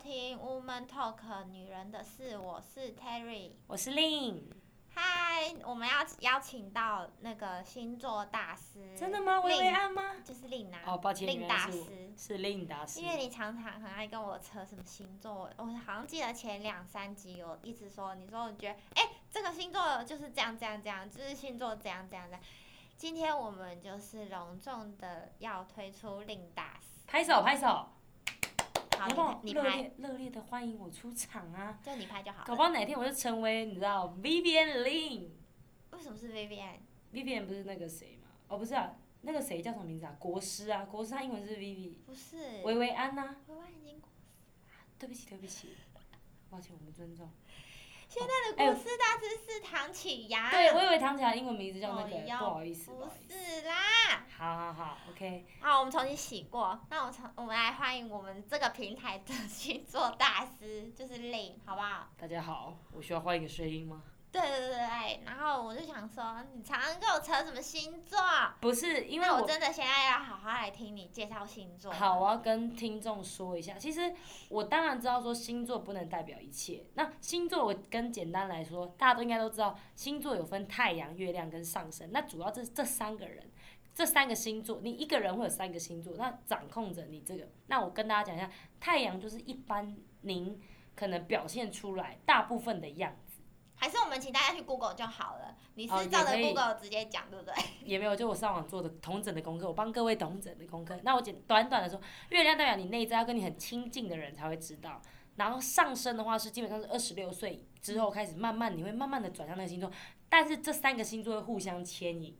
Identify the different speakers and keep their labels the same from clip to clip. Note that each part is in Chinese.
Speaker 1: 听 Woman Talk 女人的事，我是 Terry。
Speaker 2: 我是 Lin，
Speaker 1: 嗨，我们要邀请到那个星座大师，
Speaker 2: 真的吗？
Speaker 1: 令
Speaker 2: 薇薇安吗？
Speaker 1: 就是令啊，
Speaker 2: 哦，抱歉，
Speaker 1: 令
Speaker 2: 原来
Speaker 1: 大
Speaker 2: 是我
Speaker 1: 师。
Speaker 2: 是令大师
Speaker 1: 因。为你常常很爱跟我扯什么星座，我我好像记得前两三集有一直说，你说我觉得哎、这个星座就是这样这样这样，就是星座这样这样这样。今天我们就是隆重的要推出令大师，
Speaker 2: 拍手拍手，
Speaker 1: 好，你
Speaker 2: 你帮我
Speaker 1: 拍
Speaker 2: 哦热
Speaker 1: 你
Speaker 2: 烈热烈的欢迎我出场啊！
Speaker 1: 拍，就你拍就好
Speaker 2: 搞
Speaker 1: 了。
Speaker 2: 不好哪天我就成为你知道 Vivian Lin，Vivian
Speaker 1: 为什么是 Vivian？
Speaker 2: 不是那个谁吗？哦，不是啊，那个谁叫什么名字啊？国师啊，国师他英文是 Vivi，
Speaker 1: 不是，
Speaker 2: 薇薇安呐、
Speaker 1: 回湾已经过
Speaker 2: 对不起对不起，抱歉，我们尊重。
Speaker 1: 现在的
Speaker 2: 哎
Speaker 1: 古诗大师是唐启阳，
Speaker 2: 对，我以为唐姐的英文名字叫那
Speaker 1: 哦
Speaker 2: 个，
Speaker 1: 一
Speaker 2: 不
Speaker 1: 样
Speaker 2: 好意思，不
Speaker 1: 不
Speaker 2: 好意思。
Speaker 1: 是啦。
Speaker 2: 好好好，OK，
Speaker 1: 好，我们重新洗过。那我们重，我们来欢迎我们这个平台的星座大师，就是 Lin，好不好？
Speaker 2: 大家好，我需要换一个声音吗？
Speaker 1: 对对对对。然后我就想说，你常常跟我扯什么星座？
Speaker 2: 不是，因为
Speaker 1: 那
Speaker 2: 我
Speaker 1: 我真的现在要好好来听你介绍星座。
Speaker 2: 好，啊我要跟听众说一下，其实我当然知道说星座不能代表一切。那星座我跟简单来说，大家都应该都知道，星座有分太阳、月亮跟上升。那主要这这三个人，这三个星座，你一个人会有三个星座，那掌控着你这个。那我跟大家讲一下，太阳就是一般您可能表现出来大部分的样子，
Speaker 1: 还是我们请大家去 Google 就好了。你
Speaker 2: 哦
Speaker 1: 是
Speaker 2: 也
Speaker 1: 照着
Speaker 2: 可以
Speaker 1: Google 直接讲，对不对？
Speaker 2: 也没有就我上网做的同整的功课，我帮各位同整的功课。那我简短短的说，月亮代表你内在要跟你很亲近的人才会知道。然后上升的话是基本上是二十六岁之后开始，慢慢你会慢慢的转向那个星座，但是这三个星座会互相牵引。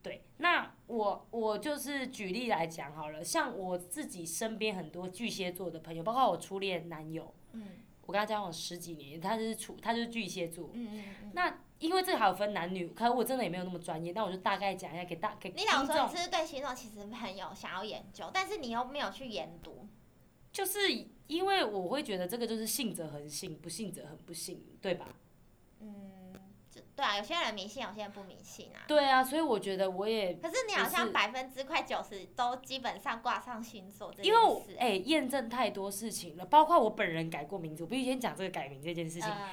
Speaker 2: 对，那我我就是举例来讲好了，像我自己身边很多巨蟹座的朋友，包括我初恋男友，
Speaker 1: 嗯
Speaker 2: 我跟他交往十几年，他就是处他就是巨蟹座
Speaker 1: 嗯，嗯嗯。
Speaker 2: 因为这个还有分男女，可我真的也没有那么专业，但我就大概讲一下给大给
Speaker 1: 你
Speaker 2: 听
Speaker 1: 老说
Speaker 2: 众
Speaker 1: 你。是对星座其实很有想要研究，但是你又没有去研读，
Speaker 2: 就是因为我会觉得这个就是信者恒信，不信者恒不信，对吧？
Speaker 1: 嗯，就对啊，有些人迷信，有些人不迷信啊。
Speaker 2: 对啊，所以我觉得我也
Speaker 1: 可是你好
Speaker 2: 不
Speaker 1: 像
Speaker 2: 是
Speaker 1: 百分之快九十都基本上挂上星座这件
Speaker 2: 因为我
Speaker 1: 事，
Speaker 2: 哎、验证太多事情了，包括我本人改过名字，我必须先讲这个改名这件事情，
Speaker 1: 呃，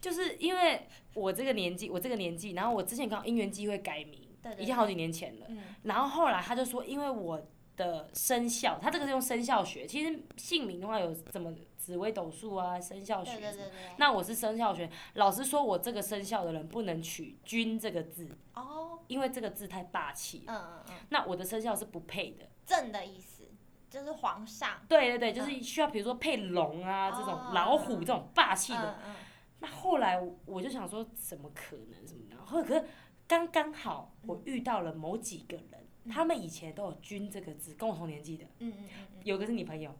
Speaker 2: 就是因为我这个年纪，我这个年纪，然后我之前刚好因缘机会改名，
Speaker 1: 对对对
Speaker 2: 已经好几年前了，
Speaker 1: 嗯，
Speaker 2: 然后后来他就说，因为我的生肖，他这个是用生肖学，其实姓名的话有怎么紫微斗数啊，生肖
Speaker 1: 对
Speaker 2: 学
Speaker 1: 对对
Speaker 2: 什么
Speaker 1: 对对，
Speaker 2: 那我是生肖学，老师说我这个生肖的人不能取“君”这个字，
Speaker 1: 哦，
Speaker 2: 因为这个字太霸气
Speaker 1: 嗯
Speaker 2: 了。
Speaker 1: 嗯嗯，
Speaker 2: 那我的生肖是不配的。
Speaker 1: 正的意思就是皇上，
Speaker 2: 对对对，就是需要比如说配龙啊、这
Speaker 1: 嗯哦
Speaker 2: 种老虎这种霸气的。
Speaker 1: 嗯嗯，
Speaker 2: 那后来我就想说，怎么可能？怎么然后可是刚刚好我遇到了某几个人，
Speaker 1: 嗯
Speaker 2: 他们以前都有“君”这个字，跟我同年纪的，
Speaker 1: 嗯嗯嗯嗯，
Speaker 2: 有个是你朋友，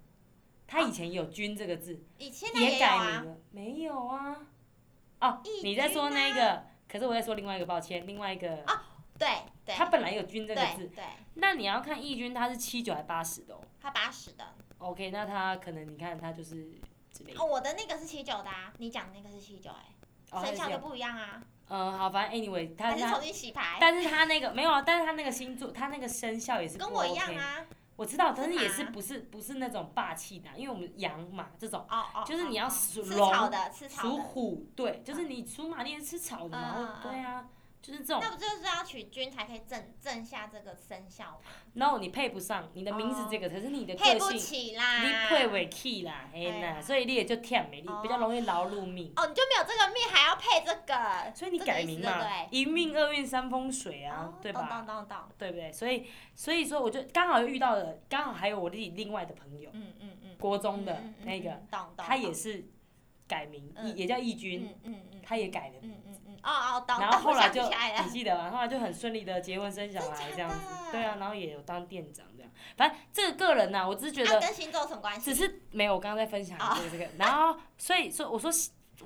Speaker 2: 他以前也有“君”这个字，
Speaker 1: 你现在
Speaker 2: 也
Speaker 1: 有
Speaker 2: 改
Speaker 1: 啊
Speaker 2: 名，了，没有啊？哦
Speaker 1: 义，
Speaker 2: 你在
Speaker 1: 军
Speaker 2: 说那个，可是我在说另外一个，抱歉，另外一个，
Speaker 1: 对对，
Speaker 2: 他本来有“军”这个
Speaker 1: 对
Speaker 2: 字，
Speaker 1: 对，
Speaker 2: 那你要看义军他是七九还八十的哦。
Speaker 1: 他八十的，
Speaker 2: OK，那他可能你看他就是之类的，
Speaker 1: 哦，我的那个是七九的啊，你讲的那个是七九，哎，
Speaker 2: 哦，他
Speaker 1: 生
Speaker 2: 就
Speaker 1: 肖
Speaker 2: 是
Speaker 1: 就
Speaker 2: 有
Speaker 1: 不一样啊，
Speaker 2: 嗯，好，反正 anyway，他
Speaker 1: 还是
Speaker 2: 他，
Speaker 1: 重新洗牌，
Speaker 2: 但是他那个没有啊，但是他那个星座，他那个生肖也是
Speaker 1: 跟
Speaker 2: 不
Speaker 1: 我一
Speaker 2: OK
Speaker 1: 样，啊，
Speaker 2: 我知道，
Speaker 1: 是
Speaker 2: 但是也是
Speaker 1: 马
Speaker 2: 不是不是那种霸气的啊，因为我们羊马这种
Speaker 1: 哦哦，
Speaker 2: 就是你
Speaker 1: 哦
Speaker 2: 要
Speaker 1: 哦
Speaker 2: 属
Speaker 1: 吃
Speaker 2: 龙
Speaker 1: 草的，吃草
Speaker 2: 属
Speaker 1: 的。
Speaker 2: 虎，对，就是你属马你也是吃草的嘛，
Speaker 1: 嗯
Speaker 2: 然
Speaker 1: 嗯
Speaker 2: 后对啊，就是这种。
Speaker 1: 那不就是要取君才可以正正下这个生肖吗？
Speaker 2: no，你配不上你的名字这个，可是你的个
Speaker 1: 哦配不
Speaker 2: 性，
Speaker 1: 起啦，
Speaker 2: 你配袂起啦，嘿
Speaker 1: 哎呀
Speaker 2: 啦，所以你也就忝的，你比较容易劳碌命。
Speaker 1: 哦，你就没有这个命，还要配这个，
Speaker 2: 所以你
Speaker 1: 这个
Speaker 2: 改
Speaker 1: 意思
Speaker 2: 名
Speaker 1: 对不
Speaker 2: 嘛
Speaker 1: 对，
Speaker 2: 一命二运三风水啊，
Speaker 1: 哦
Speaker 2: 对
Speaker 1: 懂
Speaker 2: 吧？
Speaker 1: 懂懂懂，
Speaker 2: 对不对？所以所以说，我就刚好又遇到了，刚好还有我自己另外的朋友，
Speaker 1: 嗯嗯嗯，
Speaker 2: 国中的
Speaker 1: 嗯嗯嗯
Speaker 2: 那个，
Speaker 1: 嗯懂懂，
Speaker 2: 他也
Speaker 1: 懂，
Speaker 2: 是改名，
Speaker 1: 嗯
Speaker 2: 也也叫义军，
Speaker 1: 嗯嗯嗯
Speaker 2: 他也改 了。
Speaker 1: 嗯嗯嗯，哦哦懂，
Speaker 2: 然后
Speaker 1: 懂
Speaker 2: 后
Speaker 1: 我
Speaker 2: 来
Speaker 1: 想
Speaker 2: 就
Speaker 1: 起来
Speaker 2: 你
Speaker 1: 了，
Speaker 2: 记得吗？后来就很顺利的结婚生小孩
Speaker 1: 真
Speaker 2: 这样子
Speaker 1: 假的，
Speaker 2: 对啊，然后也有当店长这样。反正这个个人呐、我只是觉得
Speaker 1: 啊跟星座有什么关系？
Speaker 2: 只是没有，我刚刚在分享这个这个，然后所以说我说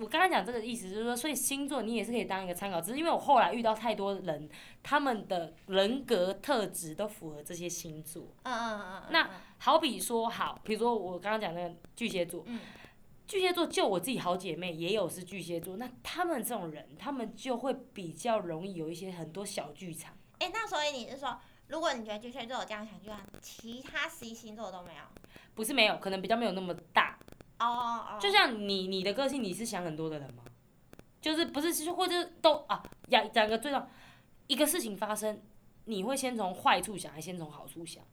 Speaker 2: 我刚刚讲这个意思就是说，所以星座你也是可以当一个参考，只是因为我后来遇到太多人，他们的人格特质都符合这些星座。
Speaker 1: 嗯嗯嗯嗯，
Speaker 2: 那
Speaker 1: 嗯
Speaker 2: 好比说好，比如说我刚刚讲那个巨蟹座，
Speaker 1: 嗯
Speaker 2: 巨蟹座就我自己好姐妹也有是巨蟹座，那他们这种人，他们就会比较容易有一些很多小剧场。
Speaker 1: 哎，那所以你是说，如果你觉得巨蟹座有这样想，就像其他十一星座都没有，
Speaker 2: 不是没有，可能比较没有那么大，
Speaker 1: 哦哦哦，
Speaker 2: 就像你你的个性，你是想很多的人吗？就是不是，或者是都啊，讲讲个最重要，一个事情发生，你会先从坏处想，还是先从好处想？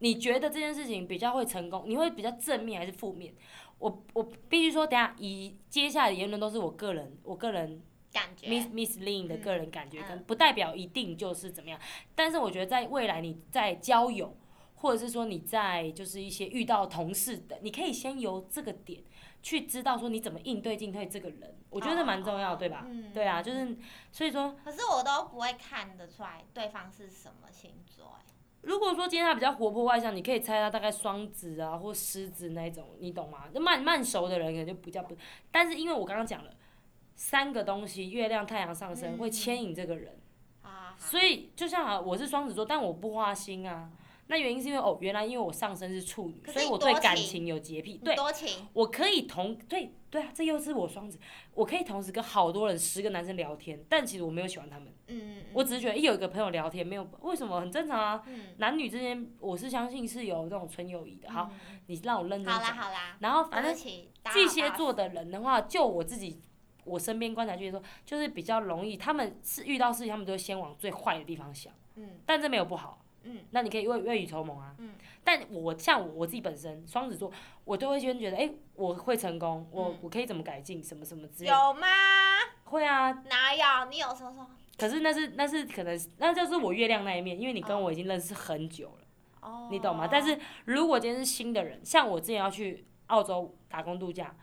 Speaker 2: 你觉得这件事情比较会成功，你会比较正面还是负面？我我必须说，等一下以接下来的言论都是我个人，我个人
Speaker 1: 感觉
Speaker 2: Miss Miss Lin 的个人感觉，
Speaker 1: 嗯
Speaker 2: 跟不代表一定就是怎么样。但是我觉得在未来你在交友，或者是说你在就是一些遇到同事的，你可以先由这个点去知道说你怎么应对进退这个人，我觉得这蛮重要，对吧？
Speaker 1: 嗯，
Speaker 2: 对啊，就是所以说，
Speaker 1: 可是我都不会看得出来对方是什么星座、欸，
Speaker 2: 如果说今天他比较活泼外向，你可以猜他大概双子啊或狮子那一种，你懂吗？就慢慢熟的人可能就比较不，但是因为我刚刚讲了三个东西，月亮、太阳、上升会
Speaker 1: 嗯
Speaker 2: 牵引这个人。
Speaker 1: 啊，
Speaker 2: 所以就像啊，我是双子座，但我不花心啊。那原因是因为哦，原来因为我上身是处女，
Speaker 1: 可是
Speaker 2: 所以
Speaker 1: 你
Speaker 2: 我对
Speaker 1: 多
Speaker 2: 感
Speaker 1: 情
Speaker 2: 情有洁癖。
Speaker 1: 你
Speaker 2: 对，
Speaker 1: 多情，
Speaker 2: 我可以同对对啊，这又是我双子，我可以同时跟好多人十个男生聊天，但其实我没有喜欢他们，
Speaker 1: 嗯嗯，
Speaker 2: 我只是觉得一有一个朋友聊天没有为什么很正常啊。
Speaker 1: 嗯，
Speaker 2: 男女之间我是相信是有这种纯友谊的。好，
Speaker 1: 嗯，嗯
Speaker 2: 你让我认真
Speaker 1: 好啦
Speaker 2: 讲。
Speaker 1: 好啦，
Speaker 2: 然后反正
Speaker 1: 对不起打扰
Speaker 2: 巨蟹
Speaker 1: 到
Speaker 2: 座的人的话，就我自己我身边观察巨蟹座，就是比较容易，他们是遇到事情他们都会先往最坏的地方想。
Speaker 1: 嗯
Speaker 2: 但这没有不好。
Speaker 1: 嗯，
Speaker 2: 那你可以未未雨绸缪啊。
Speaker 1: 嗯，
Speaker 2: 但我像我我自己本身双子座，我都会先觉得，哎、我会成功，我、
Speaker 1: 嗯
Speaker 2: 我可以怎么改进，什么什么之类的。
Speaker 1: 有吗？
Speaker 2: 会啊，
Speaker 1: 哪有？你有时候说
Speaker 2: 可是那是那是可能那就是我月亮那一面，因为你跟我已经认识很久了，
Speaker 1: 哦，
Speaker 2: 你懂吗？但是如果今天是新的人，像我之前要去澳洲打工度假。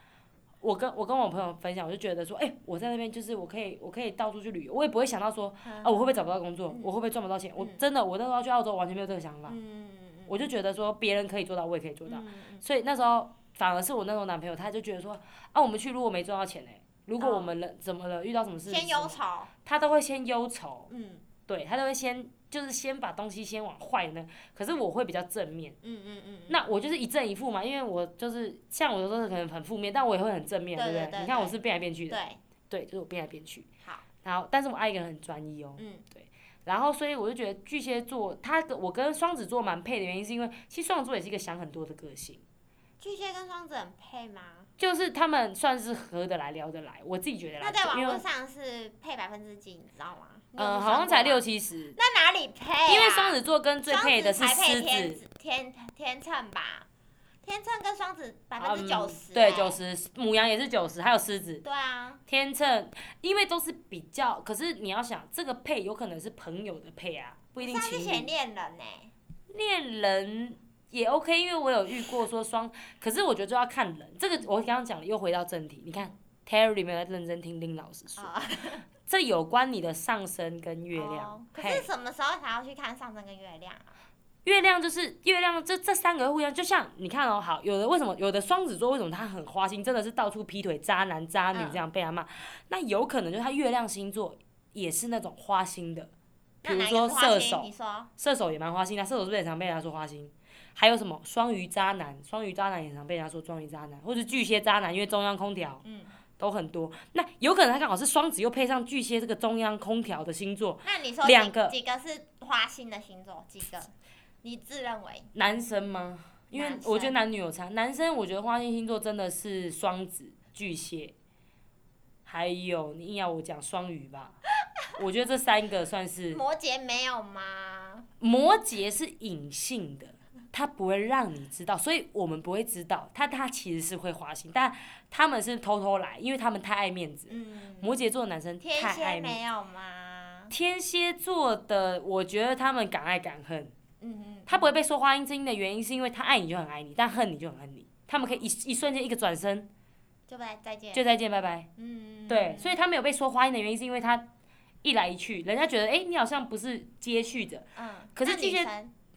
Speaker 2: 我跟我跟我朋友分享，我就觉得说，哎、我在那边就是我可以我可以到处去旅游，我也不会想到说，
Speaker 1: 嗯
Speaker 2: 啊，我会不会找不到工作，
Speaker 1: 嗯
Speaker 2: 我会不会赚不到钱？我
Speaker 1: 嗯
Speaker 2: 真的我那时候要去澳洲完全没有这个想法，
Speaker 1: 嗯，
Speaker 2: 我就觉得说别人可以做到，我也可以做到。
Speaker 1: 嗯嗯
Speaker 2: 所以那时候反而是我那时候男朋友，他就觉得说啊，我们去如果没赚到钱呢、如果我们了、怎么了，遇到什么事，
Speaker 1: 先忧愁，
Speaker 2: 他都会先忧愁，
Speaker 1: 嗯
Speaker 2: 对他都会先就是先把东西先往坏的那。可是我会比较正面，
Speaker 1: 嗯嗯嗯，
Speaker 2: 那我就是一正一负嘛，因为我就是像我有时候可能很负面，但我也会很正面，
Speaker 1: 对
Speaker 2: 不
Speaker 1: 对对
Speaker 2: 你看我
Speaker 1: 对
Speaker 2: 是变来变去的，
Speaker 1: 对，
Speaker 2: 对，就是我变来变去。
Speaker 1: 好，
Speaker 2: 然后，但是我爱一个人很专一哦，
Speaker 1: 嗯
Speaker 2: 然后，所以我就觉得巨蟹座，他跟我跟双子座蛮配的原因，是因为其实双子座也是一个想很多的个性，
Speaker 1: 巨蟹跟双子很配吗？
Speaker 2: 就是他们算是合得来、聊得来。我自己觉得
Speaker 1: 那
Speaker 2: 啦，
Speaker 1: 在网
Speaker 2: 因
Speaker 1: 络
Speaker 2: 为
Speaker 1: 上是配百分之几，你知道吗？你有
Speaker 2: 嗯、
Speaker 1: 去
Speaker 2: 好
Speaker 1: 算
Speaker 2: 像
Speaker 1: 过
Speaker 2: 才
Speaker 1: 吗
Speaker 2: 六，七十，
Speaker 1: 那哪里配啊？
Speaker 2: 因为双子座跟最
Speaker 1: 双
Speaker 2: 配
Speaker 1: 子
Speaker 2: 的是
Speaker 1: 才配
Speaker 2: 狮
Speaker 1: 天
Speaker 2: 子，
Speaker 1: 天天秤吧，天秤跟双子百分之
Speaker 2: 嗯
Speaker 1: 九十，啊欸
Speaker 2: 对，九，十，母羊也是九十，还有狮子、
Speaker 1: 对啊，
Speaker 2: 天秤，因为都是比较，可是你要想，这个配有可能是朋友的配啊，不一定
Speaker 1: 上次
Speaker 2: 情
Speaker 1: 写
Speaker 2: 侣。
Speaker 1: 恋人欸呢，
Speaker 2: 恋人也 OK，因为我有遇过说双， 可是我觉得就要看人。这个我刚刚讲了，又回到正题。你看 Terry 没有在认真听林老师说，
Speaker 1: 啊，
Speaker 2: 这有关你的上升跟月亮。
Speaker 1: 哦可
Speaker 2: 嘿，
Speaker 1: 是什么时候才要去看上升跟月亮啊？
Speaker 2: 月亮就是月亮，这这三个互相，就像你看哦，好，有的为什么有的双子座为什么他很花心，真的是到处劈腿、渣男、渣女
Speaker 1: 嗯
Speaker 2: 这样被他骂？那有可能就是他月亮星座也是那种花心的，
Speaker 1: 那
Speaker 2: 比如
Speaker 1: 哪一
Speaker 2: 说
Speaker 1: 个是花
Speaker 2: 射
Speaker 1: 心？
Speaker 2: 手
Speaker 1: 你，说，
Speaker 2: 射手也蛮花心的，射手是不是也常被人家说花心？还有什么双鱼渣男？双鱼渣男也常被人家说双鱼渣男，或者巨蟹渣男，因为中央空调
Speaker 1: 嗯，
Speaker 2: 都很多。那有可能他刚好是双子，又配上巨蟹这个中央空调的星座，
Speaker 1: 那你说
Speaker 2: 两
Speaker 1: 几
Speaker 2: 个
Speaker 1: 几个是花心的星座？几个？你自认为？
Speaker 2: 男生吗？因为
Speaker 1: 男生
Speaker 2: 我觉得男女有差，男生我觉得花心星座真的是双子、巨蟹，还有你硬要我讲双鱼吧，我觉得这三个算是
Speaker 1: 摩羯没有吗？
Speaker 2: 摩羯是隐性的，它不会让你知道，所以我们不会知道。它它其实是会花心，但他们是偷偷来，因为他们太爱面子。
Speaker 1: 嗯，
Speaker 2: 摩羯座的男生
Speaker 1: 天
Speaker 2: 太爱
Speaker 1: 蝎
Speaker 2: 面子。
Speaker 1: 没有吗？
Speaker 2: 天蝎座的，我觉得他们敢爱敢恨，
Speaker 1: 嗯嗯，
Speaker 2: 他不会被说花心精的原因，是因为他爱你就很爱你，但恨你就很恨你。他们可以一一瞬间一个转身
Speaker 1: 就再再见。
Speaker 2: 就再见拜拜。
Speaker 1: 嗯，嗯
Speaker 2: 对，
Speaker 1: 嗯
Speaker 2: 所以他没有被说花心的原因，是因为他一来一去，人家觉得哎、诶你好像不是接续者，
Speaker 1: 嗯，
Speaker 2: 可是
Speaker 1: 那
Speaker 2: 巨蟹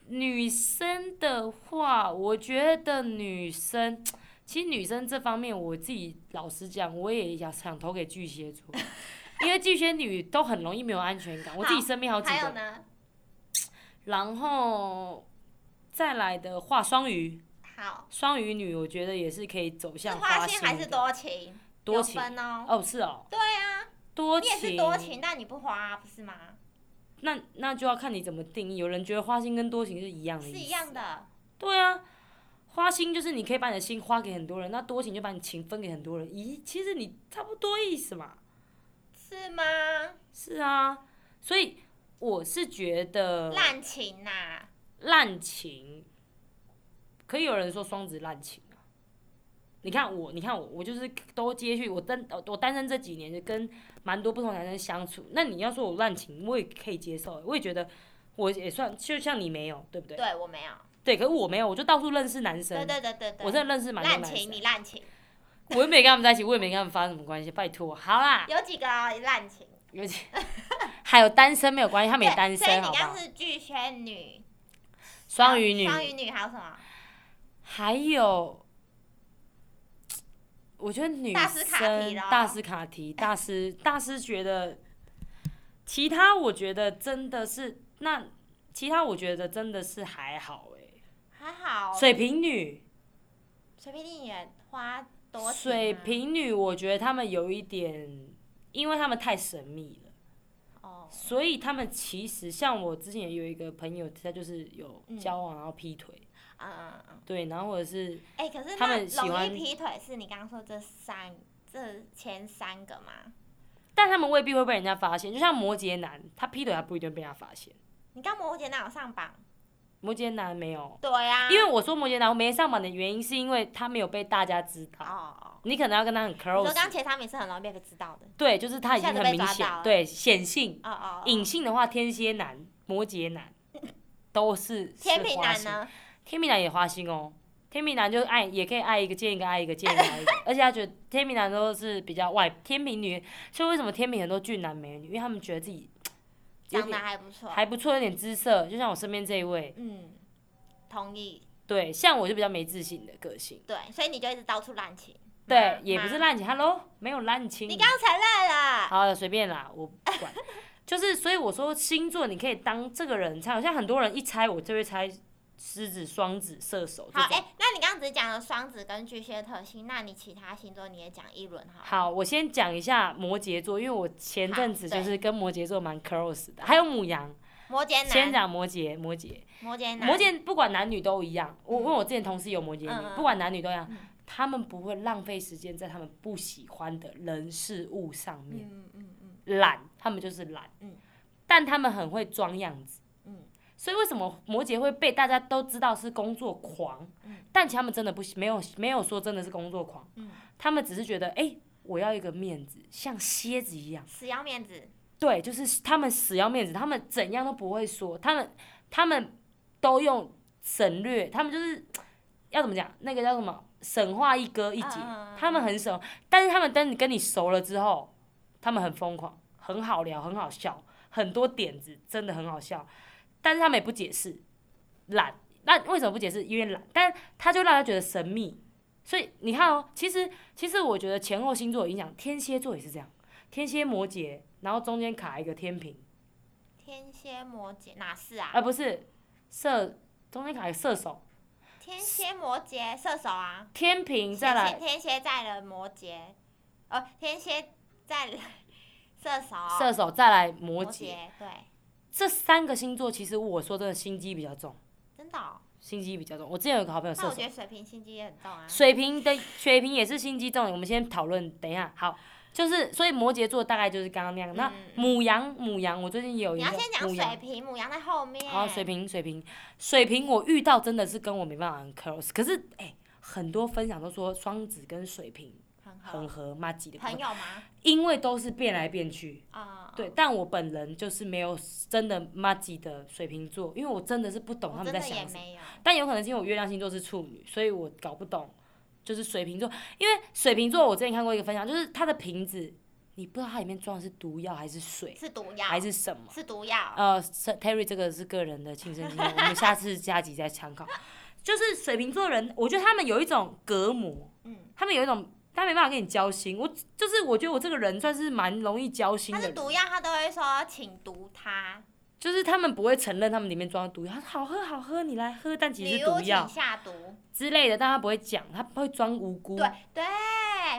Speaker 1: 女生
Speaker 2: 女生的话，我觉得女生，其实女生这方面，我自己老实讲，我也想想投给巨蟹 座，因为巨蟹女都很容易没有安全感。我自己身边好几
Speaker 1: 还有
Speaker 2: 个，
Speaker 1: 呢？
Speaker 2: 然后再来的话，双鱼，
Speaker 1: 好，
Speaker 2: 双鱼女，我觉得也是可以走
Speaker 1: 是
Speaker 2: 向
Speaker 1: 花
Speaker 2: 心
Speaker 1: 心
Speaker 2: 的
Speaker 1: 还是多情？
Speaker 2: 多
Speaker 1: 有
Speaker 2: 情？
Speaker 1: 分哦。
Speaker 2: 哦，是哦，
Speaker 1: 对啊，
Speaker 2: 多
Speaker 1: 你也是多情，但你不花啊，不是吗？
Speaker 2: 那那就要看你怎么定义。有人觉得花心跟多情是一样的
Speaker 1: 是
Speaker 2: 意思，
Speaker 1: 一样的。
Speaker 2: 对啊，花心就是你可以把你的心花给很多人，那多情就把你情分给很多人。咦，其实你差不多意思嘛。
Speaker 1: 是吗？
Speaker 2: 是啊，所以我是觉得
Speaker 1: 滥情呐、
Speaker 2: 滥情，可以有人说双子滥情啊。你看我，你看我，我就是都接续我单我单身这几年，就跟蛮多不同男生相处。那你要说我滥情，我也可以接受，我也觉得我也算，就像你没有，对不对？
Speaker 1: 对我没有，
Speaker 2: 对，可是我没有，我就到处认识男生，
Speaker 1: 对对对对对，
Speaker 2: 我真的认识蛮多
Speaker 1: 滥
Speaker 2: 男
Speaker 1: 情
Speaker 2: 生，
Speaker 1: 你滥情，
Speaker 2: 我又没跟他们在一起，我也没跟他们发生什么关系，拜托，好啦，
Speaker 1: 有几个哦滥情，
Speaker 2: 有点 还有单身没有关系，他们也
Speaker 1: 对
Speaker 2: 单
Speaker 1: 所以
Speaker 2: 身，好
Speaker 1: 你
Speaker 2: 不
Speaker 1: 刚
Speaker 2: 好
Speaker 1: 刚？是巨蟹女，
Speaker 2: 双鱼女，
Speaker 1: 双鱼女还有什么？
Speaker 2: 还有，我觉得女
Speaker 1: 大师卡提哦
Speaker 2: 生
Speaker 1: 咯
Speaker 2: 大师卡提，大师大师觉得，其他我觉得真的是那其他我觉得真的是还好
Speaker 1: 还
Speaker 2: 哎、
Speaker 1: 好，
Speaker 2: 水瓶女，
Speaker 1: 水瓶女也花多情
Speaker 2: 水
Speaker 1: 啊
Speaker 2: 瓶女，我觉得他们有一点，因为他们太神秘了，
Speaker 1: 哦，
Speaker 2: 所以他们其实像我之前也有一个朋友，他就是有
Speaker 1: 嗯
Speaker 2: 交往然后劈腿，
Speaker 1: 嗯嗯嗯，
Speaker 2: 对，然后或者是
Speaker 1: 哎、可是
Speaker 2: 他
Speaker 1: 那
Speaker 2: 们喜
Speaker 1: 容
Speaker 2: 欢
Speaker 1: 易劈腿是你刚刚说这三这前三个吗？
Speaker 2: 但他们未必会被人家发现，就像摩羯男，他劈腿他不一定被人家发现。
Speaker 1: 你刚摩羯男有上榜？
Speaker 2: 摩羯男没有，
Speaker 1: 对呀、啊，
Speaker 2: 因为我说摩羯男我没上榜的原因是因为他没有被大家知
Speaker 1: 哦
Speaker 2: 道，
Speaker 1: 哦，
Speaker 2: 你可能要跟他很
Speaker 1: 哦你说刚
Speaker 2: close，
Speaker 1: 前三名是很容易被知道的，
Speaker 2: 对，就是他已经
Speaker 1: 一下
Speaker 2: 很
Speaker 1: 就被
Speaker 2: 明
Speaker 1: 抓
Speaker 2: 显
Speaker 1: 到，了
Speaker 2: 对，显性。
Speaker 1: 哦哦，哦
Speaker 2: 隐性的话，天蝎男、摩羯 男都是
Speaker 1: 天
Speaker 2: 是
Speaker 1: 秤
Speaker 2: 花
Speaker 1: 男
Speaker 2: 心，
Speaker 1: 呢？
Speaker 2: 天秤男也花心哦。天秤男就爱，也可以爱一个见一个，爱一个见一个，爱一个。而且他觉得天秤男都是比较外，天秤女，所以为什么天秤很多俊男美女？因为他们觉得自己有
Speaker 1: 长得
Speaker 2: 点
Speaker 1: 还不错，
Speaker 2: 还不错，有点姿色。就像我身边这一位，
Speaker 1: 嗯，同意，
Speaker 2: 对，像我就比较没自信的个 性。
Speaker 1: 对，所以你就一直到处滥情，
Speaker 2: 对
Speaker 1: 吗，
Speaker 2: 也不是，
Speaker 1: 吗
Speaker 2: 滥情，Hello，没有滥情。
Speaker 1: 你刚刚承认了，
Speaker 2: 好了，随便啦，我不管。就是，所以我说星座你可以当这个人猜，好像很多人一猜我就会猜狮子、双子、射手这
Speaker 1: 好，哎、
Speaker 2: 种。
Speaker 1: 那你刚刚只讲了双子跟巨蟹特性，那你其他星座你也讲一轮好了，
Speaker 2: 好，我先讲一下摩羯座，因为我前阵子就是跟摩羯座蛮 close 的，还有母羊。
Speaker 1: 摩羯
Speaker 2: 先
Speaker 1: 男，
Speaker 2: 讲摩羯，摩羯，
Speaker 1: 摩羯男，
Speaker 2: 摩羯不管男女都一样。
Speaker 1: 嗯
Speaker 2: 我因为我之前同事有摩羯女，
Speaker 1: 嗯嗯
Speaker 2: 不管男女都一样
Speaker 1: 嗯，
Speaker 2: 他们不会浪费时间在他们不喜欢的人事物上面。
Speaker 1: 嗯嗯嗯
Speaker 2: 懒，他们就是懒，
Speaker 1: 嗯
Speaker 2: 但他们很会装样子，
Speaker 1: 嗯
Speaker 2: 所以为什么摩羯会被大家都知道是工作狂，
Speaker 1: 嗯
Speaker 2: 但其实他们真的不没有没有说真的是工作狂，
Speaker 1: 嗯，
Speaker 2: 他们只是觉得哎、诶我要一个面子，像蝎子一样，
Speaker 1: 死要面子，
Speaker 2: 对，就是他们死要面子，他们怎样都不会说，他们他们都用省略，他们就是要怎么讲，那个叫什么神话一哥一姐，
Speaker 1: 嗯嗯嗯
Speaker 2: 他们很熟，但是他们等你跟你熟了之后，他们很疯狂，很好聊，很好笑，很多点子真的很好笑，但是他们也不解释，懒。那为什么不解释？因为懒，但他就让他觉得神秘。所以你看哦，其实其实我觉得前后星座有影响，天蝎座也是这样，天蝎、摩羯，然后中间卡一个天平，
Speaker 1: 嗯天蝎、摩羯哪是啊？
Speaker 2: 啊不是射，中间卡一个射手，
Speaker 1: 天蝎、摩羯、射手啊，
Speaker 2: 天平再来
Speaker 1: 天蝎在了摩羯，哦，天蝎在了射手，
Speaker 2: 射手，再来摩
Speaker 1: 摩
Speaker 2: 羯，
Speaker 1: 羯，对，
Speaker 2: 这三个星座其实我说真的心机比较重，
Speaker 1: 真的哦、
Speaker 2: 心机比较重。我之前有个好朋友
Speaker 1: 那
Speaker 2: 射
Speaker 1: 我
Speaker 2: 手
Speaker 1: 觉，得水瓶心机也很重啊。
Speaker 2: 水瓶的水瓶也是心机重，我们先讨论，等一下好。就是，所以摩羯座大概就是刚刚那样。那
Speaker 1: 嗯
Speaker 2: 母羊，母羊，我最近也有
Speaker 1: 你
Speaker 2: 一
Speaker 1: 要
Speaker 2: 个
Speaker 1: 先讲
Speaker 2: 母羊
Speaker 1: 水，瓶，母羊在后面。
Speaker 2: 然后水瓶，水瓶，水瓶，我遇到真的是跟我没办法很 close。可是，哎、很多分享都说双子跟水瓶
Speaker 1: 很好，
Speaker 2: 很合妈吉的朋
Speaker 1: 朋
Speaker 2: 友，
Speaker 1: 友吗？
Speaker 2: 因为都是变来变去。
Speaker 1: 啊、
Speaker 2: 对，但我本人就是没有真的妈吉的水瓶座，因为我真的是不懂
Speaker 1: 我
Speaker 2: 他
Speaker 1: 真
Speaker 2: 们在
Speaker 1: 的也
Speaker 2: 想什么。
Speaker 1: 没有。
Speaker 2: 但有可能是因为我月亮星座是处女，所以我搞不懂，就是水瓶座。因为水瓶座我之前看过一个分享，就是它的瓶子，你不知道它里面装的是毒药还是水
Speaker 1: 是毒药，
Speaker 2: 还是什么。
Speaker 1: 是毒药？
Speaker 2: 呃是，Terry 这个是个人的亲身经验，我们下次加集再参考。就是水瓶座人，我觉得他们有一种隔膜，
Speaker 1: 嗯，
Speaker 2: 他们有一种他没办法跟你交心。我就是我觉得我这个人算是蛮容易交心
Speaker 1: 他
Speaker 2: 的
Speaker 1: 是
Speaker 2: 人，
Speaker 1: 毒药，他都会说请毒他，
Speaker 2: 就是他们不会承认他们里面装的毒药，他说好喝好喝，你来喝，但其实
Speaker 1: 女
Speaker 2: 是
Speaker 1: 巫
Speaker 2: 毒
Speaker 1: 请
Speaker 2: 药
Speaker 1: 下毒。
Speaker 2: 之类的，但他不会讲，他会装无辜。
Speaker 1: 对对，